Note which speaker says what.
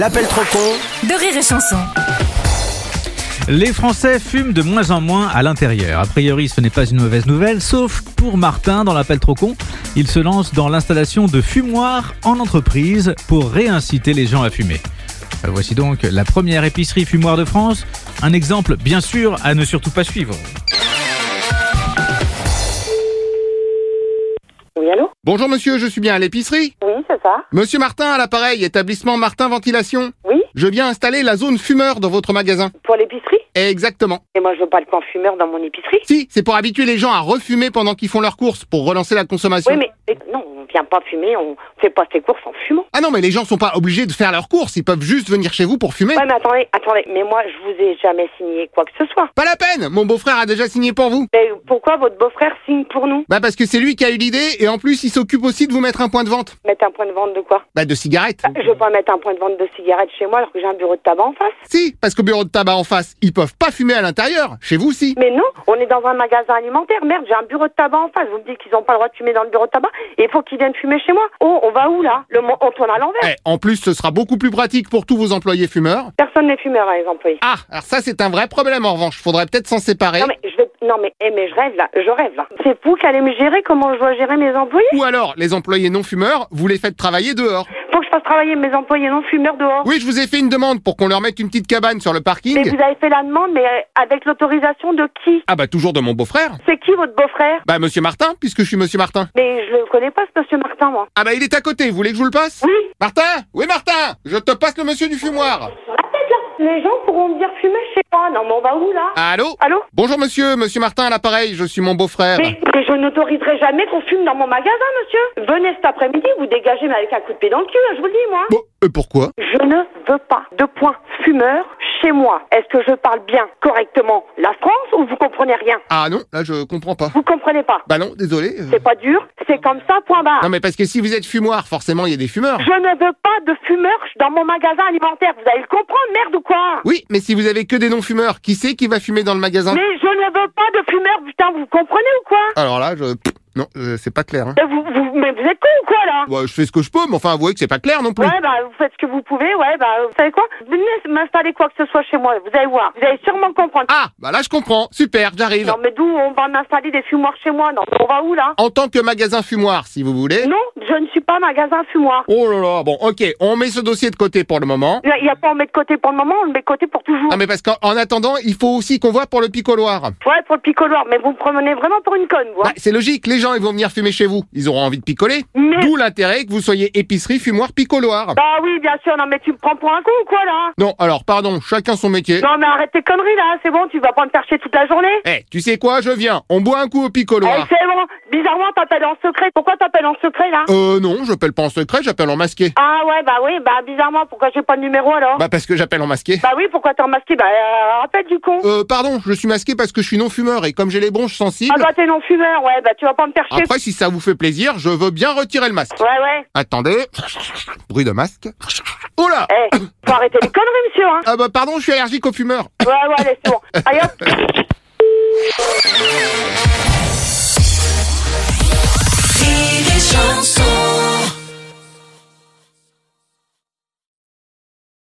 Speaker 1: L'appel trop con
Speaker 2: de rire et chanson.
Speaker 3: Les Français fument de moins en moins à l'intérieur. A priori, ce n'est pas une mauvaise nouvelle, sauf pour Martin dans l'appel trop con. Il se lance dans l'installation de fumoirs en entreprise pour réinciter les gens à fumer. Euh, Voici donc la première épicerie fumoir de France. Un exemple, bien sûr, à ne surtout pas suivre.
Speaker 4: Oui, allô
Speaker 5: Bonjour monsieur, je suis bien à l'épicerie.
Speaker 4: Oui, c'est ça.
Speaker 5: Monsieur Martin à l'appareil, établissement Martin Ventilation.
Speaker 4: Oui,
Speaker 5: Je viens installer la zone fumeur dans votre magasin.
Speaker 4: pour l'épicerie.
Speaker 5: Exactement.
Speaker 4: Et moi, je veux pas le camp fumeur dans mon épicerie.
Speaker 5: Si, c'est pour habituer les gens à refumer pendant qu'ils font leurs courses, pour relancer la consommation.
Speaker 4: Oui, mais, mais non, on vient pas fumer, on fait pas ses courses en fumant.
Speaker 5: Ah non, mais les gens sont pas obligés de faire leurs courses, ils peuvent juste venir chez vous pour fumer.
Speaker 4: Ouais, mais attendez, attendez, mais moi, je vous ai jamais signé quoi que ce soit.
Speaker 5: Pas la peine, mon beau-frère a déjà signé pour vous.
Speaker 4: Mais pourquoi votre beau-frère signe pour nous
Speaker 5: Bah parce que c'est lui qui a eu l'idée, et en plus il s'occupe aussi de vous mettre un point de vente.
Speaker 4: Mettre un point de vente de quoi
Speaker 5: Bah de cigarettes.
Speaker 4: Bah, Je veux pas mettre un point de vente de cigarettes chez moi alors que j'ai un bureau de tabac en face.
Speaker 5: Si, parce qu'au bureau de tabac en face, ils peuvent pas fumer à l'intérieur, chez vous si.
Speaker 4: Mais non, on est dans un magasin alimentaire. Merde, j'ai un bureau de tabac en face. Vous me dites qu'ils ont pas le droit de fumer dans le bureau de tabac et il faut qu'ils viennent fumer chez moi. Oh, on va où là le, mo- On tourne à l'envers.
Speaker 5: Eh, en plus ce sera beaucoup plus pratique pour tous vos employés fumeurs.
Speaker 4: Personne n'est fumeur, hein, les employés.
Speaker 5: Ah, alors ça c'est un vrai problème en revanche, faudrait peut-être s'en séparer.
Speaker 4: Non mais je vais non mais eh, mais je rêve là, je rêve là. C'est vous qui allez me gérer comment je dois gérer mes employés
Speaker 5: Ou alors, les employés non fumeurs, vous les faites travailler dehors.
Speaker 4: Faut que je fasse travailler mes employés non fumeurs dehors.
Speaker 5: Oui, je vous ai fait une demande pour qu'on leur mette une petite cabane sur le
Speaker 4: Mais
Speaker 5: parking.
Speaker 4: vous avez fait la demande mais euh, avec l'autorisation de qui
Speaker 5: Ah bah toujours de mon beau-frère.
Speaker 4: C'est qui votre beau-frère
Speaker 5: Bah monsieur Martin, puisque je suis monsieur Martin.
Speaker 4: Mais je le connais pas ce monsieur Martin moi.
Speaker 5: Ah bah il est à côté, vous voulez que je vous le passe
Speaker 4: Oui,
Speaker 5: Martin Oui Martin Je te passe le monsieur du fumoir.
Speaker 4: la tête Ah, là. Les gens pourront me dire fumer chez moi. Non mais on va où là
Speaker 5: Allô
Speaker 4: Allô
Speaker 5: Bonjour monsieur, monsieur Martin à l'appareil, je suis mon beau-frère.
Speaker 4: mais, mais je n'autoriserai jamais qu'on fume dans mon magasin, monsieur. Venez cet après-midi, vous dégagez mais avec un coup de pied dans le cul, hein, je vous le dis, moi.
Speaker 5: Bon, et pourquoi
Speaker 4: Je ne veux pas de points fumeurs chez moi. Est-ce que je parle bien correctement la France ou vous comprenez rien
Speaker 5: Ah non, là je comprends pas.
Speaker 4: Vous comprenez pas
Speaker 5: Bah non, désolé. euh.
Speaker 4: C'est pas dur, c'est comme ça, point barre.
Speaker 5: Non mais parce que si vous êtes fumoir, forcément il y a des fumeurs.
Speaker 4: Je ne veux pas de fumeurs dans mon magasin alimentaire. Vous allez le comprendre, merde ou quoi
Speaker 5: Oui, mais si vous avez que des non-fumeurs, qui c'est qui va fumer dans le magasin
Speaker 4: Mais je ne veux pas de fumeurs, putain, vous comprenez ou quoi
Speaker 5: Alors là, je... pff, Non, euh, c'est pas clair. Hein.
Speaker 4: Euh, vous, vous- Mais vous êtes con ou quoi, là
Speaker 5: Ouais, je fais ce que je peux, mais enfin, avouez que c'est pas clair non plus.
Speaker 4: Ouais, bah, vous faites ce que vous pouvez, ouais, bah, vous savez quoi Venez m'installer quoi que ce soit chez moi, vous allez voir. Vous allez sûrement comprendre.
Speaker 5: Ah, bah là, je comprends. Super, j'arrive.
Speaker 4: Non, mais d'où on va m'installer des fumoirs chez moi Non, on va où, là
Speaker 5: En tant que magasin fumoir, si vous voulez.
Speaker 4: Non, je ne suis pas magasin fumoir.
Speaker 5: Oh là là, bon, ok, on met ce dossier de côté pour le moment.
Speaker 4: Il n'y a pas on met de côté pour le moment, on le met de côté pour toujours.
Speaker 5: Ah, mais parce qu'en en attendant, il faut aussi qu'on voit pour le picoloir.
Speaker 4: Ouais, pour le picoloir, mais vous me promenez vraiment pour une conne, vous. hein.
Speaker 5: Bah, c'est logique, les gens, ils vont venir fumer chez vous. Ils auront envie de picoler.
Speaker 4: Mais-
Speaker 5: D'où l'intérêt que vous soyez épicerie, fumoir, picoloir.
Speaker 4: Bah oui, bien sûr, non mais tu me prends pour un con ou quoi là hein.
Speaker 5: Non, alors, pardon, chacun son métier.
Speaker 4: Non mais arrête tes conneries là, c'est bon, tu vas pas me faire chier toute la journée
Speaker 5: Eh, tu sais quoi, je viens. On boit un coup au
Speaker 4: Eh,
Speaker 5: picoloir.
Speaker 4: C'est bon, bizarrement t'appelles en secret, pourquoi t'appelles en secret là
Speaker 5: Euh, non, j'appelle pas en secret, j'appelle en masqué.
Speaker 4: Ah ouais, bah oui, bah bizarrement, pourquoi j'ai pas de numéro alors bah...
Speaker 5: Bah, parce que j'appelle en masqué.
Speaker 4: oui, pourquoi t'es en masqué Bah euh, rappelle du con
Speaker 5: Euh, pardon, je suis masqué parce que je suis non-fumeur et comme j'ai les bronches sensibles,
Speaker 4: Ah bah t'es non-fumeur, ouais, bah tu vas pas me faire chier
Speaker 5: Après, si ça vous fait plaisir, je veux bien retirer le masque.
Speaker 4: Ouais, ouais,
Speaker 5: Attendez. Bruit de masque. Oh là
Speaker 4: eh, faut arrêter les conneries monsieur, hein
Speaker 5: Ah bah pardon, je suis allergique aux fumeurs.
Speaker 4: Ouais, ouais, allez, c'est bon, allez hop